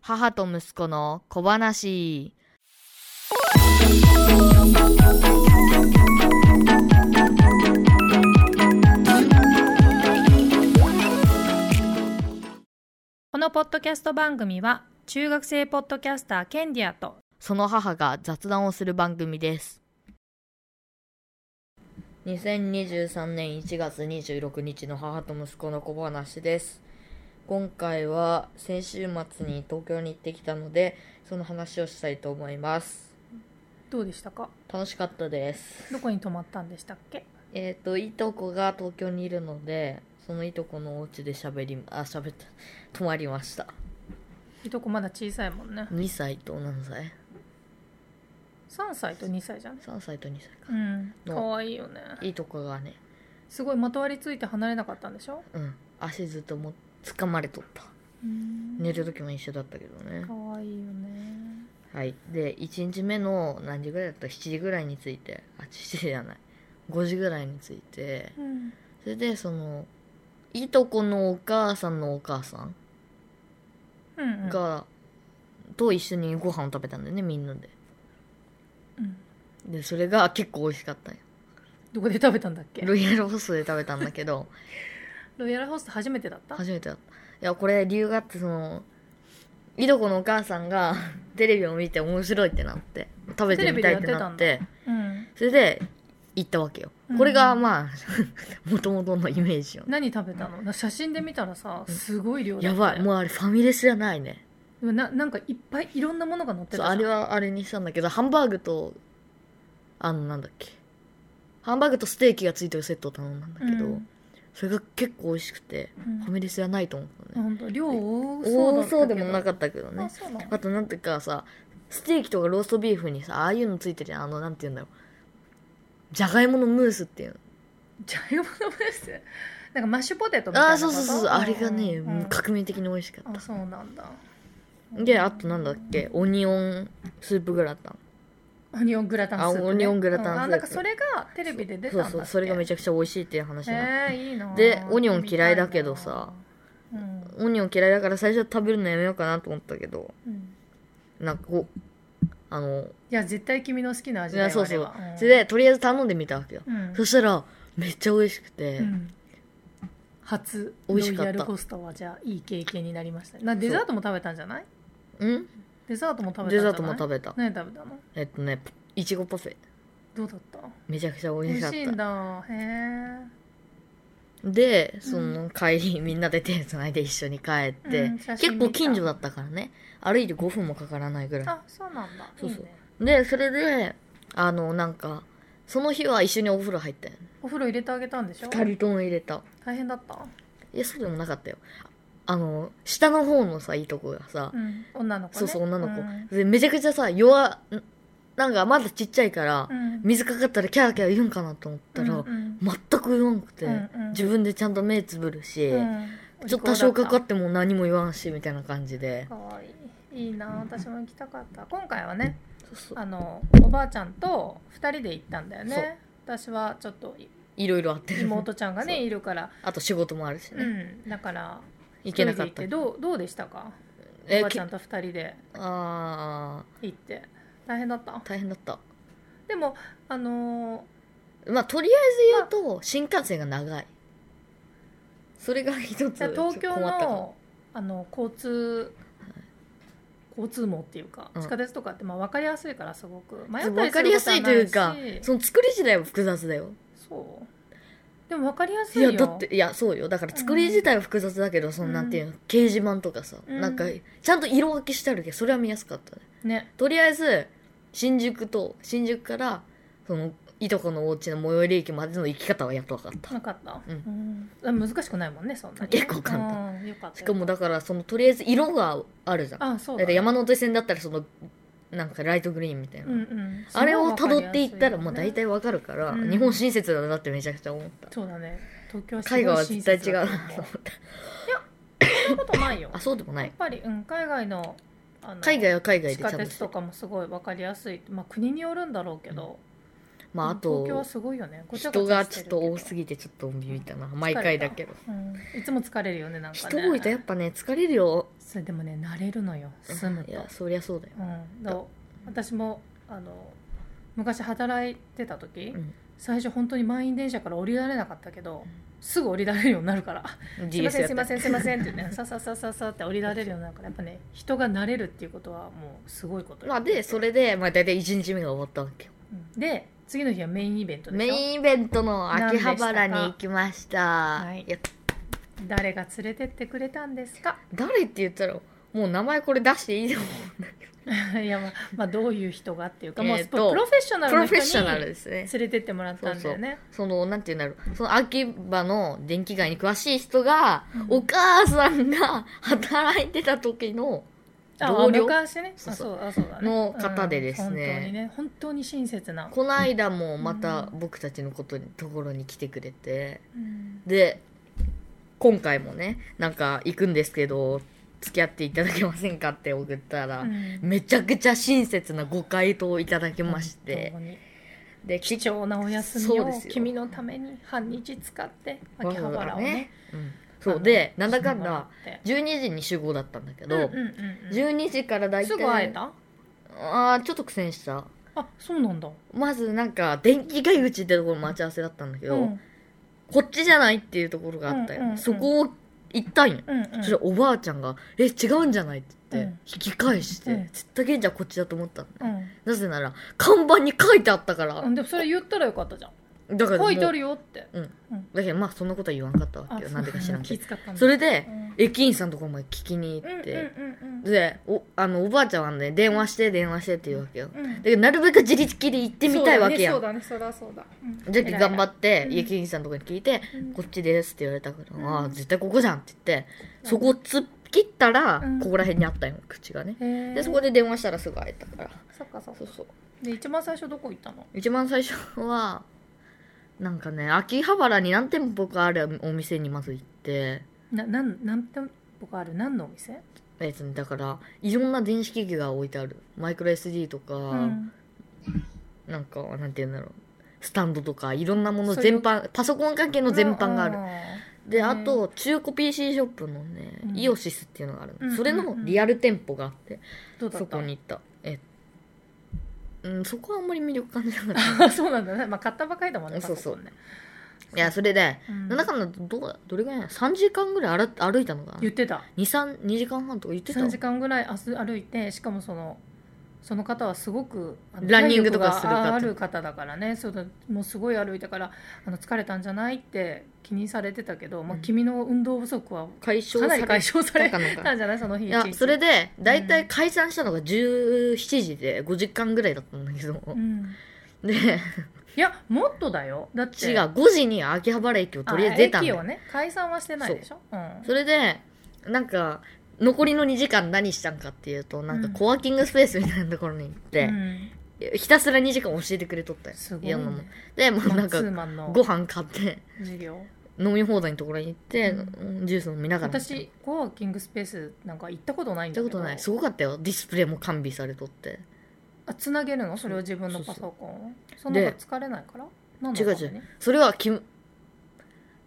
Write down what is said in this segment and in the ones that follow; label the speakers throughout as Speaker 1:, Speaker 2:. Speaker 1: 母と息子の小話。
Speaker 2: このポッドキャスト番組は中学生ポッドキャスターケンディアと
Speaker 1: その母が雑談をする番組です。2023年1月26日の母と息子の小話です。今回は先週末に東京に行ってきたので、その話をしたいと思います。
Speaker 2: どうでしたか
Speaker 1: 楽しかったです。
Speaker 2: どこに泊まったんでしたっけ
Speaker 1: えっ、と、いとこが東京にいるので、そのいとこのお家で喋り、あ、喋った、泊まりました。
Speaker 2: いとこまだ小さいもんね
Speaker 1: 2歳と何歳
Speaker 2: 3歳と2歳じゃん
Speaker 1: ?3 歳と2歳
Speaker 2: う
Speaker 1: か。
Speaker 2: ん
Speaker 1: の
Speaker 2: かわいいよね
Speaker 1: いいとこがね、
Speaker 2: すごいまとわりついて離れなかったんでしょ
Speaker 1: うん、足ずっとも掴まれとった。寝る時も一緒だったけどね
Speaker 2: か。わいいよね
Speaker 1: はい。で、1日目の何時ぐらいだった7時ぐらいについて、あ、7時じゃない。5時ぐらいについて、
Speaker 2: うん
Speaker 1: それで、その、いとこのお母さんのお母さん
Speaker 2: うんうん
Speaker 1: が、と一緒にご飯を食べたんだよね、みんなで。
Speaker 2: うん
Speaker 1: で、それが結構美味しかったんよ。
Speaker 2: どこで食べたんだっけ
Speaker 1: ロイヤルホストで食べたんだけど、
Speaker 2: ロイヤルホスト初めてだった
Speaker 1: 初めてだった。いや、これ理由があって、その、いとこのお母さんが テレビを見て面白いってなって、食べてみたいってなっ
Speaker 2: テレ
Speaker 1: て、
Speaker 2: うん
Speaker 1: それで行ったわけよ
Speaker 2: うん。
Speaker 1: これがまあ、 もともとのイメージよ。
Speaker 2: 何食べたのな写真で見たらさすごい量だ
Speaker 1: や
Speaker 2: った
Speaker 1: ばい、もうあれファミレスじゃないね。
Speaker 2: うななんかいっぱいいろんなものが乗って
Speaker 1: そ
Speaker 2: た
Speaker 1: う
Speaker 2: じゃん
Speaker 1: あれはあれにしたんだけど、ハンバーグと、あの、なんだっけ。ハンバーグとステーキがついてるセットを頼んだんだけど、
Speaker 2: うん
Speaker 1: それが結構美味しくて、
Speaker 2: うん
Speaker 1: ファミレスじゃないと思ったね。
Speaker 2: 本当量多
Speaker 1: 多
Speaker 2: そ
Speaker 1: そうう
Speaker 2: だ
Speaker 1: で
Speaker 2: ったけど
Speaker 1: もなかったけど
Speaker 2: あ
Speaker 1: ね。
Speaker 2: そうなの
Speaker 1: あとなんていうかさ、ステーキとかローストビーフにさ、ああいうのついてるじゃん。あの、なんて言うんだろう。じゃがいものムースっていうの。
Speaker 2: ジャイモノブース なんかマッシュポテトみたいな
Speaker 1: ああ、
Speaker 2: こと
Speaker 1: そうそうそうそう。あれがね、
Speaker 2: うん
Speaker 1: もう革命的に美味しかっ
Speaker 2: あそうなんだ
Speaker 1: た。で、あとなんだっけ、オニオンスープグラタン。
Speaker 2: オニオングラタンスープ、ね、
Speaker 1: あオニオングラタンスープ
Speaker 2: うんあなんかそれがテレビで出たん
Speaker 1: そ
Speaker 2: だ
Speaker 1: う
Speaker 2: っけ
Speaker 1: そう、それがめ
Speaker 2: ち
Speaker 1: ちゃくちゃ美味しいっていう話なの
Speaker 2: ゃえー、いいな
Speaker 1: でオニオン嫌いだけどさ
Speaker 2: 見たいなうん
Speaker 1: オニオン嫌いだから最初は食べるのやめようかなと思ったけど、
Speaker 2: うん
Speaker 1: なんかこう、あの、
Speaker 2: いや絶対君の好きな味
Speaker 1: い
Speaker 2: だよ
Speaker 1: やそうそう
Speaker 2: あれは。ん
Speaker 1: それで、とりあえず頼んでみたわけよ。
Speaker 2: うん
Speaker 1: そしたら、めっちゃ美味しくて、
Speaker 2: うん初
Speaker 1: 美
Speaker 2: ロ
Speaker 1: 味しか
Speaker 2: イ
Speaker 1: った
Speaker 2: ヤルホストはじゃあいい経験になりましたねなデザートも食べたんじゃない
Speaker 1: うん
Speaker 2: デザートも食べたんじ
Speaker 1: デ
Speaker 2: ゃな
Speaker 1: ザ
Speaker 2: い
Speaker 1: ートも食べた。
Speaker 2: 何食べたの
Speaker 1: えっとね、いちごパフェ。
Speaker 2: どうだった
Speaker 1: めちゃくちゃ美
Speaker 2: 美
Speaker 1: 味し
Speaker 2: 味
Speaker 1: かっ
Speaker 2: しいん
Speaker 1: た。
Speaker 2: だへえ
Speaker 1: で、その帰り、 みんなで手つないで一緒に帰って、
Speaker 2: うん写真
Speaker 1: 結構近所だったからね、歩いて5分もかからないぐら
Speaker 2: あそうなんだ
Speaker 1: そうそう
Speaker 2: いいね
Speaker 1: い。で、それで、あの、なんか、その日は一緒にお風呂入ったよね。
Speaker 2: お風呂入れてあげたんでしょ
Speaker 1: 二人とも入れた。
Speaker 2: 大変だった、
Speaker 1: いや、そうでもなかったよ。あの、下の方のさ、いいとこがさ、
Speaker 2: うん、女の子、ね、
Speaker 1: そうそう、女の子、
Speaker 2: うん
Speaker 1: でめちゃくちゃさ、弱、んなんかまだちっちゃいから、
Speaker 2: うん
Speaker 1: 水かかったらキャーキャー言うんかなと思ったら、
Speaker 2: うんうん
Speaker 1: 全く言わんくて、
Speaker 2: うんうん
Speaker 1: 自分でちゃんと目つぶるし、
Speaker 2: うん
Speaker 1: ちょっと多少かか
Speaker 2: お利口だ
Speaker 1: っても何も言わんし、みたいな感じで
Speaker 2: た。かわいいいいな私も行きたかった今回はね
Speaker 1: そうそう
Speaker 2: あのおばあちゃんと2人で行ったんだよね私はちょっとい
Speaker 1: いろいろあってる。
Speaker 2: 妹ちゃんがね
Speaker 1: そ
Speaker 2: いるから、
Speaker 1: あと仕事もあるし
Speaker 2: う
Speaker 1: ね。
Speaker 2: ん、だから
Speaker 1: 行けなかっ
Speaker 2: 一人
Speaker 1: た
Speaker 2: で。行ってどうどうでしたかお
Speaker 1: え
Speaker 2: ばあ
Speaker 1: け
Speaker 2: ちゃんと2人で
Speaker 1: あ
Speaker 2: 行って大変だった
Speaker 1: ー、大変だった。
Speaker 2: でもあのー
Speaker 1: まあ、とりあえず言うと、新幹線が長い。それが一つ
Speaker 2: じゃあ東京
Speaker 1: 困ったかな
Speaker 2: のあの交通交通網っていうか、
Speaker 1: うん
Speaker 2: 地下鉄とかってまあ分かりやすいからすごく迷ったりすることは
Speaker 1: 分かりやすいというか
Speaker 2: なし
Speaker 1: その作り自体は複雑だよ
Speaker 2: そうでも分かりやす
Speaker 1: い
Speaker 2: いよ
Speaker 1: やだっていやそうよだから作り自体は複雑だけど、そのなんていうの掲示板とかさ、
Speaker 2: うん
Speaker 1: なんかちゃんと色分けしてあるけどそれは見やすかったね
Speaker 2: ね
Speaker 1: とりあえず新宿と新宿からそのいとこのお家の最寄り駅までの行き方はやっと分かった
Speaker 2: なかった、
Speaker 1: う
Speaker 2: うん難しくないもんねそんなに
Speaker 1: 結構簡単、
Speaker 2: うんよかった
Speaker 1: しかもだからそのとりあえず色があるじゃんだ
Speaker 2: あそう
Speaker 1: っ
Speaker 2: だ,、
Speaker 1: て山手線だったらそのなんかライトグリーンみたいな、
Speaker 2: うんうん、
Speaker 1: あれを辿っていったらもう大
Speaker 2: い
Speaker 1: 体わかるから、
Speaker 2: うん
Speaker 1: 日本親切だなってめちゃくちゃ思った
Speaker 2: そうだね東京
Speaker 1: 海外は絶対違うな
Speaker 2: な
Speaker 1: と思っ
Speaker 2: そ
Speaker 1: た
Speaker 2: んなことないよ
Speaker 1: あそうでもな
Speaker 2: やっ
Speaker 1: い
Speaker 2: ぱり、うん、海外のあの
Speaker 1: 海外は海外
Speaker 2: 地
Speaker 1: でちゃ
Speaker 2: 下
Speaker 1: んと
Speaker 2: 鉄
Speaker 1: して
Speaker 2: とかもすごい分かりやすい、まあ、国によるんだろうけど、
Speaker 1: まああ
Speaker 2: 東京は
Speaker 1: と
Speaker 2: すごいよねごちゃ
Speaker 1: 人
Speaker 2: ごちゃ
Speaker 1: が
Speaker 2: して
Speaker 1: ちょ
Speaker 2: る
Speaker 1: っ
Speaker 2: け
Speaker 1: と
Speaker 2: ど
Speaker 1: 多すぎてちょっとビビったな毎回だけど
Speaker 2: うんいつも疲れるよねなんか
Speaker 1: 人
Speaker 2: ね
Speaker 1: 多いとやっぱね疲れるよ
Speaker 2: それでもね慣れるのよ住むと
Speaker 1: いやそりゃそうだよ
Speaker 2: うん、だ私もあの昔働いてた時、
Speaker 1: うん
Speaker 2: 最初本当に満員電車から降りられなかったけど、
Speaker 1: うん
Speaker 2: すぐ降りられるようにな るから「すいません
Speaker 1: DS
Speaker 2: すいませ
Speaker 1: や
Speaker 2: んすいません」ってねさささささって降りられるようになるからやっぱね人が慣れるっていうことはもうすごいこと
Speaker 1: た
Speaker 2: よ
Speaker 1: まあでそれでまあ大体1日目が終わったわけよ
Speaker 2: うんで次の日はメインイベントで
Speaker 1: メ
Speaker 2: しょ
Speaker 1: インイベントの秋葉原に行きました
Speaker 2: 何でしたか
Speaker 1: いや
Speaker 2: 誰が連れてってくれたんですか
Speaker 1: 誰って言ったらもう名前これ出していいと思うんだけ
Speaker 2: いや、まあ、まあどういう人がっていうか、もう
Speaker 1: えー
Speaker 2: プ
Speaker 1: と
Speaker 2: ロフェッショナ
Speaker 1: ど
Speaker 2: ル
Speaker 1: プ
Speaker 2: の
Speaker 1: ロフェ
Speaker 2: 人
Speaker 1: ッショナ
Speaker 2: に
Speaker 1: ルですね
Speaker 2: 連れてってもらったんだよね
Speaker 1: そのなんて言うんだろうその秋葉の電気街に詳しい人が、
Speaker 2: うん
Speaker 1: お母さんが働いてた時の
Speaker 2: あ
Speaker 1: 同僚
Speaker 2: 昔ね
Speaker 1: そうそう
Speaker 2: あそうあそうだね
Speaker 1: の方でですね
Speaker 2: うん本当にね本当に親切な、
Speaker 1: こないだもまた僕たちのことにところに来てくれて
Speaker 2: うん
Speaker 1: で今回もねなんか行くんですけど付き合っていただけませんかって送ったら、
Speaker 2: うん
Speaker 1: めちゃくちゃ親切なご回答をいただきまして
Speaker 2: 本当に
Speaker 1: で
Speaker 2: 貴
Speaker 1: き
Speaker 2: 重なお休み
Speaker 1: そう
Speaker 2: を
Speaker 1: ですよ
Speaker 2: 君のために半日使って秋葉原をね、
Speaker 1: うん、
Speaker 2: あの
Speaker 1: そうでなんだかん
Speaker 2: してもら
Speaker 1: だ
Speaker 2: って
Speaker 1: 12時に集合だったんだけど、
Speaker 2: うんうんうんうん
Speaker 1: 12時から大体
Speaker 2: すぐ会えた
Speaker 1: あーちょっと苦戦した
Speaker 2: あそうなんだ
Speaker 1: まずなんか電気街口ってところ待ち合わせだったんだけど、
Speaker 2: うん
Speaker 1: こっちじゃないっていうところがあったよ、
Speaker 2: うんうんうん
Speaker 1: そこを行ったんよ、
Speaker 2: うんうん
Speaker 1: そしたらおばあちゃんが「え違うんじゃない?」って言って、
Speaker 2: うん
Speaker 1: 引き返して、
Speaker 2: うん
Speaker 1: 絶対玄ちゃんこっちだと思ったの
Speaker 2: うん
Speaker 1: なぜなら看板に書いてあったから、
Speaker 2: うんでもそれ言ったらよかったじゃん
Speaker 1: だからも
Speaker 2: 書
Speaker 1: う
Speaker 2: いてあるよって
Speaker 1: だけどまあそんなことは言わんかったわ
Speaker 2: あ
Speaker 1: けよ
Speaker 2: そう
Speaker 1: なんでか知らんけ
Speaker 2: 気
Speaker 1: ど
Speaker 2: 使ったんだ
Speaker 1: それで
Speaker 2: うん
Speaker 1: 駅員さんのとこまで聞きに
Speaker 2: うんう
Speaker 1: 行
Speaker 2: ん
Speaker 1: って、
Speaker 2: うんうん
Speaker 1: でおあのおばあちゃんはね電話して電話してって言うわけよ、
Speaker 2: うん
Speaker 1: だけどなるべく自力で行ってみたいわけやん
Speaker 2: そうだねそうだねそりゃそうだ、うん
Speaker 1: じゃあ頑張って
Speaker 2: うん
Speaker 1: 駅員さんとかに聞いて
Speaker 2: う
Speaker 1: 「
Speaker 2: ん
Speaker 1: こっちです」って言われたから「
Speaker 2: うん
Speaker 1: ああ絶対ここじゃん」って言ってそこを突っ切ったら
Speaker 2: うん
Speaker 1: ここら辺にあったよ口がね
Speaker 2: で
Speaker 1: でそこで電話したらすぐ会えたから
Speaker 2: そっかそっか
Speaker 1: そうそう
Speaker 2: で一番最初どこ行ったの
Speaker 1: 一番最初はなんかね秋葉原に何店舗かあるお店にまず行って
Speaker 2: ななん何店舗かある何のお店
Speaker 1: えっとねだからいろんな電子機器が置いてあるマイクロ SD とか、
Speaker 2: うん
Speaker 1: なんかなんて言うんだろうスタンドとかいろんなもの
Speaker 2: そうい
Speaker 1: 全
Speaker 2: う
Speaker 1: 般パソコン関係の全般があるで、
Speaker 2: へー
Speaker 1: あと、中古 PC ショップのね、
Speaker 2: うん
Speaker 1: イオシスっていうのがあるの、
Speaker 2: うんうんうん
Speaker 1: それのリアル店舗があって、
Speaker 2: どうだった
Speaker 1: そこに行った。え、うん、そこはあんまり魅力感じなかっ
Speaker 2: あ そうなんだねまあ買ったばかりだもんね
Speaker 1: そうそう
Speaker 2: パソコンね
Speaker 1: た。いや、それで、
Speaker 2: うん
Speaker 1: なんだかんだ、どうだ、どれぐらいなの ?3 時間ぐらい歩歩いたのかな
Speaker 2: 言ってた
Speaker 1: ?2、3、2時間半とか言ってた
Speaker 2: 3時間ぐらいあす歩いてしかもそのその方はすごくあの
Speaker 1: ランニングとかする方
Speaker 2: 体力がある方だからねそうだもうすごい歩いたからあの疲れたんじゃないって気にされてたけど、まあ、
Speaker 1: うん
Speaker 2: 君の運動不足は
Speaker 1: 解消
Speaker 2: かなり
Speaker 1: さ
Speaker 2: 解
Speaker 1: れ
Speaker 2: 消され
Speaker 1: たのか
Speaker 2: たんじゃないその日
Speaker 1: い
Speaker 2: 一
Speaker 1: や
Speaker 2: 日
Speaker 1: それで大体解散したのが17時で5時間ぐらいだったんだけど、
Speaker 2: うん
Speaker 1: で違う
Speaker 2: いやもっとだよだって
Speaker 1: 5時に秋葉原駅をとりあえず
Speaker 2: あ
Speaker 1: 出たんだ
Speaker 2: 駅
Speaker 1: よ
Speaker 2: をね解散はしてないでしょうん
Speaker 1: それで、なんか、残りの2時間何したんかっていうと、なんか
Speaker 2: うん
Speaker 1: コワーキングスペースみたいなところに行って
Speaker 2: う、ん
Speaker 1: ひたすら2時間教えてくれとったよ。
Speaker 2: すごい、
Speaker 1: い
Speaker 2: ね
Speaker 1: ろんなもんで、もう
Speaker 2: マ
Speaker 1: なん
Speaker 2: ンツ
Speaker 1: か
Speaker 2: ー、マンの
Speaker 1: ご飯買って、
Speaker 2: 授業
Speaker 1: 飲み放題のところに行って、
Speaker 2: う
Speaker 1: ジュース飲みながら。行っ
Speaker 2: 私コワーキングスペースなんか行ったことないんだ
Speaker 1: たこ
Speaker 2: けど
Speaker 1: とない。すごかったよ。ディスプレイも完備されとって。
Speaker 2: あつなげるのそれを自分のパソコンをその方が疲れないから何
Speaker 1: 違う違う。それは、きむ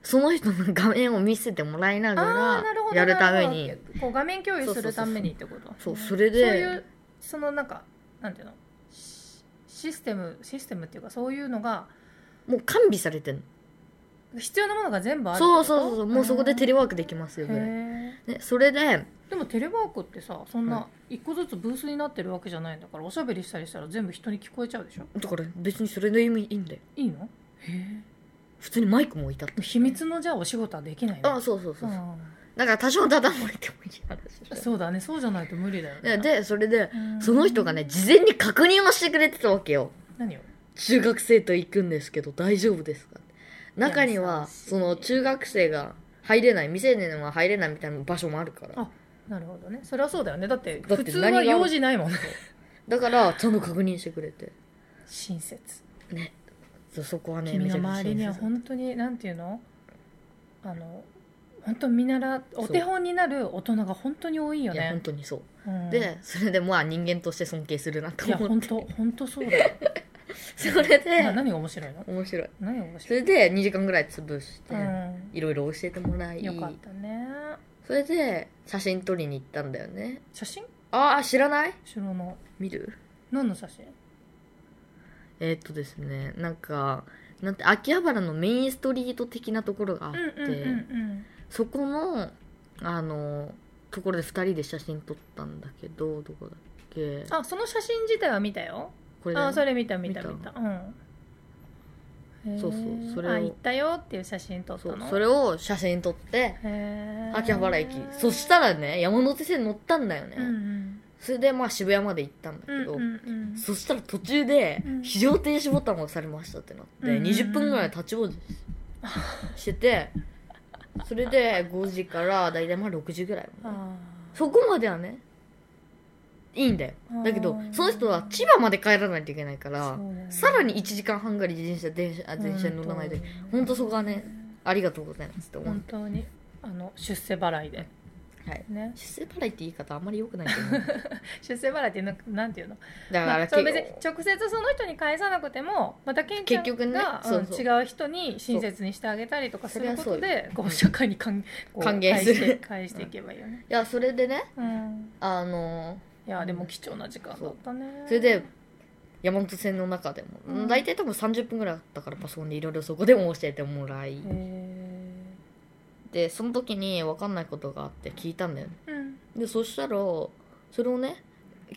Speaker 1: その人の画面を見せてもらいな
Speaker 2: ああ
Speaker 1: が
Speaker 2: ーなるほ
Speaker 1: ら、
Speaker 2: ど
Speaker 1: やるために
Speaker 2: な、るほどこう画面共有するためにってこと
Speaker 1: そうそれで
Speaker 2: そういうそのなんかなんていうのシシステムシステムっていうかそういうのが
Speaker 1: もう完備されてんの。
Speaker 2: 必要なものが全部あるって
Speaker 1: そ
Speaker 2: こ
Speaker 1: う
Speaker 2: と
Speaker 1: そうそう。もうそこでテレワークできますよぐらい。
Speaker 2: へ
Speaker 1: ね、それで、
Speaker 2: ーでもテレワークってさそん
Speaker 1: は
Speaker 2: な一個ずつブースになってるわけじゃないんだからおしゃべりしたりしたら全部人に聞こえちゃうでしょ
Speaker 1: だから別にそれの意味いいんだよ
Speaker 2: いいのへ
Speaker 1: 普通にマイクも置いたって
Speaker 2: え秘密のじゃあお仕事はできないの
Speaker 1: ああそうそうそうそう、
Speaker 2: う
Speaker 1: だから多少ダダ漏れてもいい話
Speaker 2: ん
Speaker 1: でし
Speaker 2: そうだねそうじゃないと無理だよ
Speaker 1: ょ
Speaker 2: ね
Speaker 1: でそれで
Speaker 2: うん
Speaker 1: その人がね事前に確認をしてくれてたわけよ
Speaker 2: 何を
Speaker 1: 中学生と行くんですけど大丈夫ですか中には
Speaker 2: 優しい
Speaker 1: その中学生が入れない未成年は入れないみたいな場所もあるから
Speaker 2: あなるほどねそれはそうだよねだって
Speaker 1: だって
Speaker 2: 普通は用事ないもんね
Speaker 1: だからちゃんと確認してくれて
Speaker 2: 親切
Speaker 1: ねそそこはね
Speaker 2: 君
Speaker 1: めち
Speaker 2: の
Speaker 1: ゃくちゃ
Speaker 2: 周りには
Speaker 1: 親切
Speaker 2: 本当になんていうのあの本当見習
Speaker 1: そう
Speaker 2: お手本になる大人が本当に多いよ
Speaker 1: いや本
Speaker 2: ね
Speaker 1: 当にそう、
Speaker 2: うん
Speaker 1: でそれでまあ人間として尊敬するなと
Speaker 2: いや
Speaker 1: 思っ
Speaker 2: 本
Speaker 1: て
Speaker 2: 当本当そうだよ
Speaker 1: それで
Speaker 2: な何が面白いの
Speaker 1: 面白い
Speaker 2: 何が面
Speaker 1: そ
Speaker 2: 白い
Speaker 1: れで2時間ぐらい潰して、
Speaker 2: う
Speaker 1: いろいろ教えてもら
Speaker 2: ん、
Speaker 1: い
Speaker 2: よかったね
Speaker 1: それで写真撮りに行ったんだよね
Speaker 2: 写真
Speaker 1: ああ知らない
Speaker 2: 後ろの
Speaker 1: 見る
Speaker 2: 何の写真
Speaker 1: えーっとですねなんかなんて秋葉原のメインストリート的なところがあっ
Speaker 2: う
Speaker 1: て、
Speaker 2: んうんうんうん
Speaker 1: そこのあのところで2人で写真撮ったんだけどどこだっけ
Speaker 2: あその写真自体は見たよ
Speaker 1: これだよ
Speaker 2: あ
Speaker 1: ね
Speaker 2: それ見た見た
Speaker 1: 見
Speaker 2: 見た
Speaker 1: た
Speaker 2: うんへー
Speaker 1: そうそうそれを
Speaker 2: あ行ったよっていう写真撮った
Speaker 1: そ
Speaker 2: の
Speaker 1: うそれを写真撮って
Speaker 2: へー
Speaker 1: 秋葉原駅そしたらね山手線乗ったんだよね、
Speaker 2: うんうん
Speaker 1: それでまあ渋谷まで行ったんだけ
Speaker 2: うん
Speaker 1: ど、
Speaker 2: うんうん
Speaker 1: そしたら途中で
Speaker 2: うん
Speaker 1: 非常停止ボタンを押されましたってなって、
Speaker 2: うんうんうん
Speaker 1: 20分ぐらい立ち往生ししててそれで5時から大体まあ6時ぐらいまで
Speaker 2: あー
Speaker 1: そこまではねいいんだよだけ
Speaker 2: あ
Speaker 1: ど
Speaker 2: ー
Speaker 1: その人は千葉まで帰らないといけないから
Speaker 2: そうだよね
Speaker 1: さらに1時間半ぐらい自転車電車あ電車に乗らないといけないほんとそこはねありがとうございますって思う
Speaker 2: 本当にあの出世払いで
Speaker 1: はい
Speaker 2: ね
Speaker 1: 出世払いって言い方あんまり良くないけどね
Speaker 2: 出世払いってなんかなんていうの
Speaker 1: だか
Speaker 2: ま
Speaker 1: ら
Speaker 2: あ、
Speaker 1: 結
Speaker 2: そう
Speaker 1: 構
Speaker 2: 別に直接その人に返さなくてもまたケンちゃ
Speaker 1: 結
Speaker 2: んが
Speaker 1: 局ねそうそう
Speaker 2: うん違う人に親切にしてあげたりとかすること
Speaker 1: そり
Speaker 2: でこう社会に還こう
Speaker 1: 還元する
Speaker 2: 返して返していけばいいよね、
Speaker 1: いやそれでね
Speaker 2: うん、
Speaker 1: あの
Speaker 2: いやでも貴重な時間だったね
Speaker 1: ーそれで山手線の中でも、
Speaker 2: うん
Speaker 1: 大体多分30分ぐらいあったからパソコンでいろいろそこでも教えてもらい、
Speaker 2: え
Speaker 1: でその時に分かんないことがあって聞いたんだよね
Speaker 2: ーうん
Speaker 1: でそしたらそれをね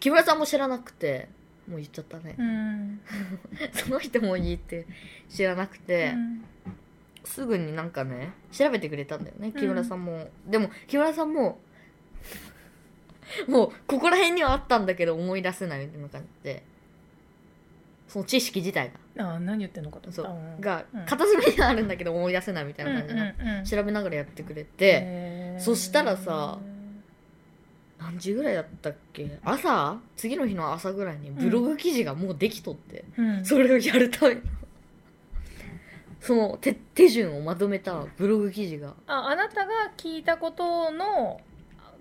Speaker 1: 木村さんも知らなくてもう言っちゃったね、
Speaker 2: うん
Speaker 1: その人もいいって知らなくて、
Speaker 2: うん
Speaker 1: すぐになんかね調べてくれたんだよね
Speaker 2: うん
Speaker 1: 木村さんも、でも木村さんももうここら辺にはあったんだけど思い出せないみたいな感じでその知識自体
Speaker 2: あー何言ってんのかと思った
Speaker 1: そう
Speaker 2: うん
Speaker 1: が
Speaker 2: うん
Speaker 1: が片隅にはあるんだけど思い出せないみたいな感じで、
Speaker 2: うんうんうん
Speaker 1: 調べながらやってくれて、
Speaker 2: へー
Speaker 1: そしたらさ何時ぐらいだったっけ朝次の日の朝ぐらいにブログ記事がもうできとって、
Speaker 2: うん
Speaker 1: それをやるためのその手手順をまとめたブログ記事が
Speaker 2: ああなたが聞いたことの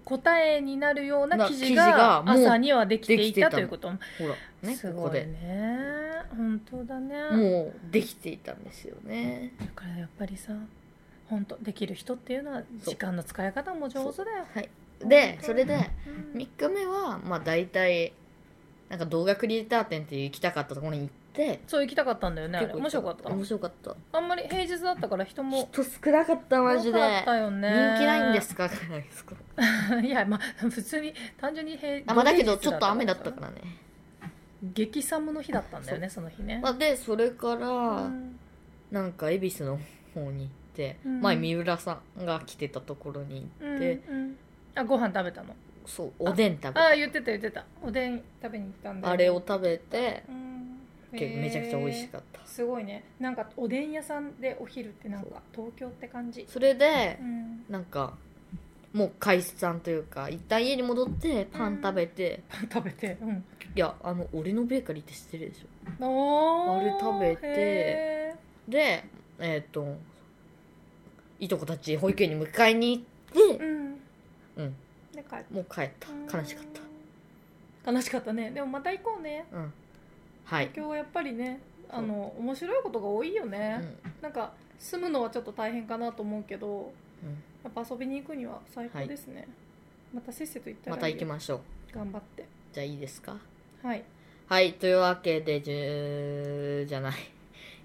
Speaker 2: 答えになるような
Speaker 1: な
Speaker 2: 記事
Speaker 1: 記事
Speaker 2: が
Speaker 1: がもう
Speaker 2: 朝にはできて
Speaker 1: で
Speaker 2: い
Speaker 1: きて
Speaker 2: た
Speaker 1: た
Speaker 2: ということ
Speaker 1: ほらね
Speaker 2: す
Speaker 1: こ
Speaker 2: ご
Speaker 1: こ
Speaker 2: い
Speaker 1: で
Speaker 2: ね本当だね
Speaker 1: もうできていたんですよね
Speaker 2: だからやっぱりさ本当できる人っていうのは
Speaker 1: そう
Speaker 2: 時間の使い方も上手だよ
Speaker 1: はいでそれで
Speaker 2: うん
Speaker 1: 3日目はまあ大体なんか動画クリエイター展っていう行きたかったところに行って
Speaker 2: そう行きたかったんだよねあれ
Speaker 1: 結構
Speaker 2: 面白かった
Speaker 1: 面白かった
Speaker 2: あんまり平日だったから人も
Speaker 1: 人少なかったマジで
Speaker 2: 多かったよね
Speaker 1: 人気ないんですかないですか
Speaker 2: いやまあ普通に単純に平
Speaker 1: あまあだけど
Speaker 2: 土
Speaker 1: ちょ
Speaker 2: 平
Speaker 1: っ
Speaker 2: 日
Speaker 1: と雨だったかららね、
Speaker 2: 激寒の日だったんだよねその日ね
Speaker 1: まあ、でそれから、
Speaker 2: うん
Speaker 1: なんか恵比寿の方に行って、
Speaker 2: うん
Speaker 1: 前三浦さんが来てたところに行って、
Speaker 2: うんうんあご飯食べたの
Speaker 1: そうおでん食べ
Speaker 2: あ
Speaker 1: あ
Speaker 2: あ言ってた言ってたおでん食べに行ったんだよ
Speaker 1: あれを食べて、
Speaker 2: うん
Speaker 1: 結構めちゃくちゃ美味し
Speaker 2: っ
Speaker 1: かった
Speaker 2: たすごいねなんかおでん屋さんでお昼ってなんか東京って感じ
Speaker 1: それで
Speaker 2: う、ん
Speaker 1: なんかもう解散というか一旦家に戻ってパン食べて、
Speaker 2: 食べてうん
Speaker 1: いやあの俺のベーカリーって知ってるでしょ
Speaker 2: お
Speaker 1: あれ食べて
Speaker 2: へ
Speaker 1: でえっ、といとこたち保育園に迎えに行っ
Speaker 2: ー
Speaker 1: て、
Speaker 2: うん
Speaker 1: うん
Speaker 2: で帰っ
Speaker 1: もう帰った
Speaker 2: た
Speaker 1: 悲しかった
Speaker 2: た悲しかったねでもまた行こうね
Speaker 1: うんはい、
Speaker 2: 東京はやっぱりね
Speaker 1: そう
Speaker 2: あの面白いことが多いよ
Speaker 1: う
Speaker 2: ね、
Speaker 1: ん
Speaker 2: なんか住むのはちょっと大変かなと思うけど
Speaker 1: うん、
Speaker 2: やっぱ遊びに行くには最高ですね、またせっせと行ったら
Speaker 1: また行きましょう
Speaker 2: す頑張って
Speaker 1: じゃあいいですか
Speaker 2: はい
Speaker 1: はい、というわけで、10じゃない。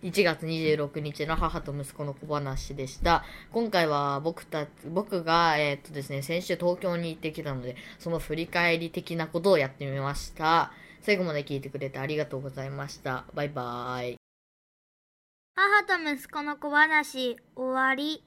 Speaker 1: 1月26日の母と息子の小話でした。今回は僕たち、僕が、えーっとですね、先週東京に行ってきたので、その振り返り的なことをやってみました。最後まで聞いてくれてありがとうございました。バイバーイ。
Speaker 3: 母と息子の小話終わり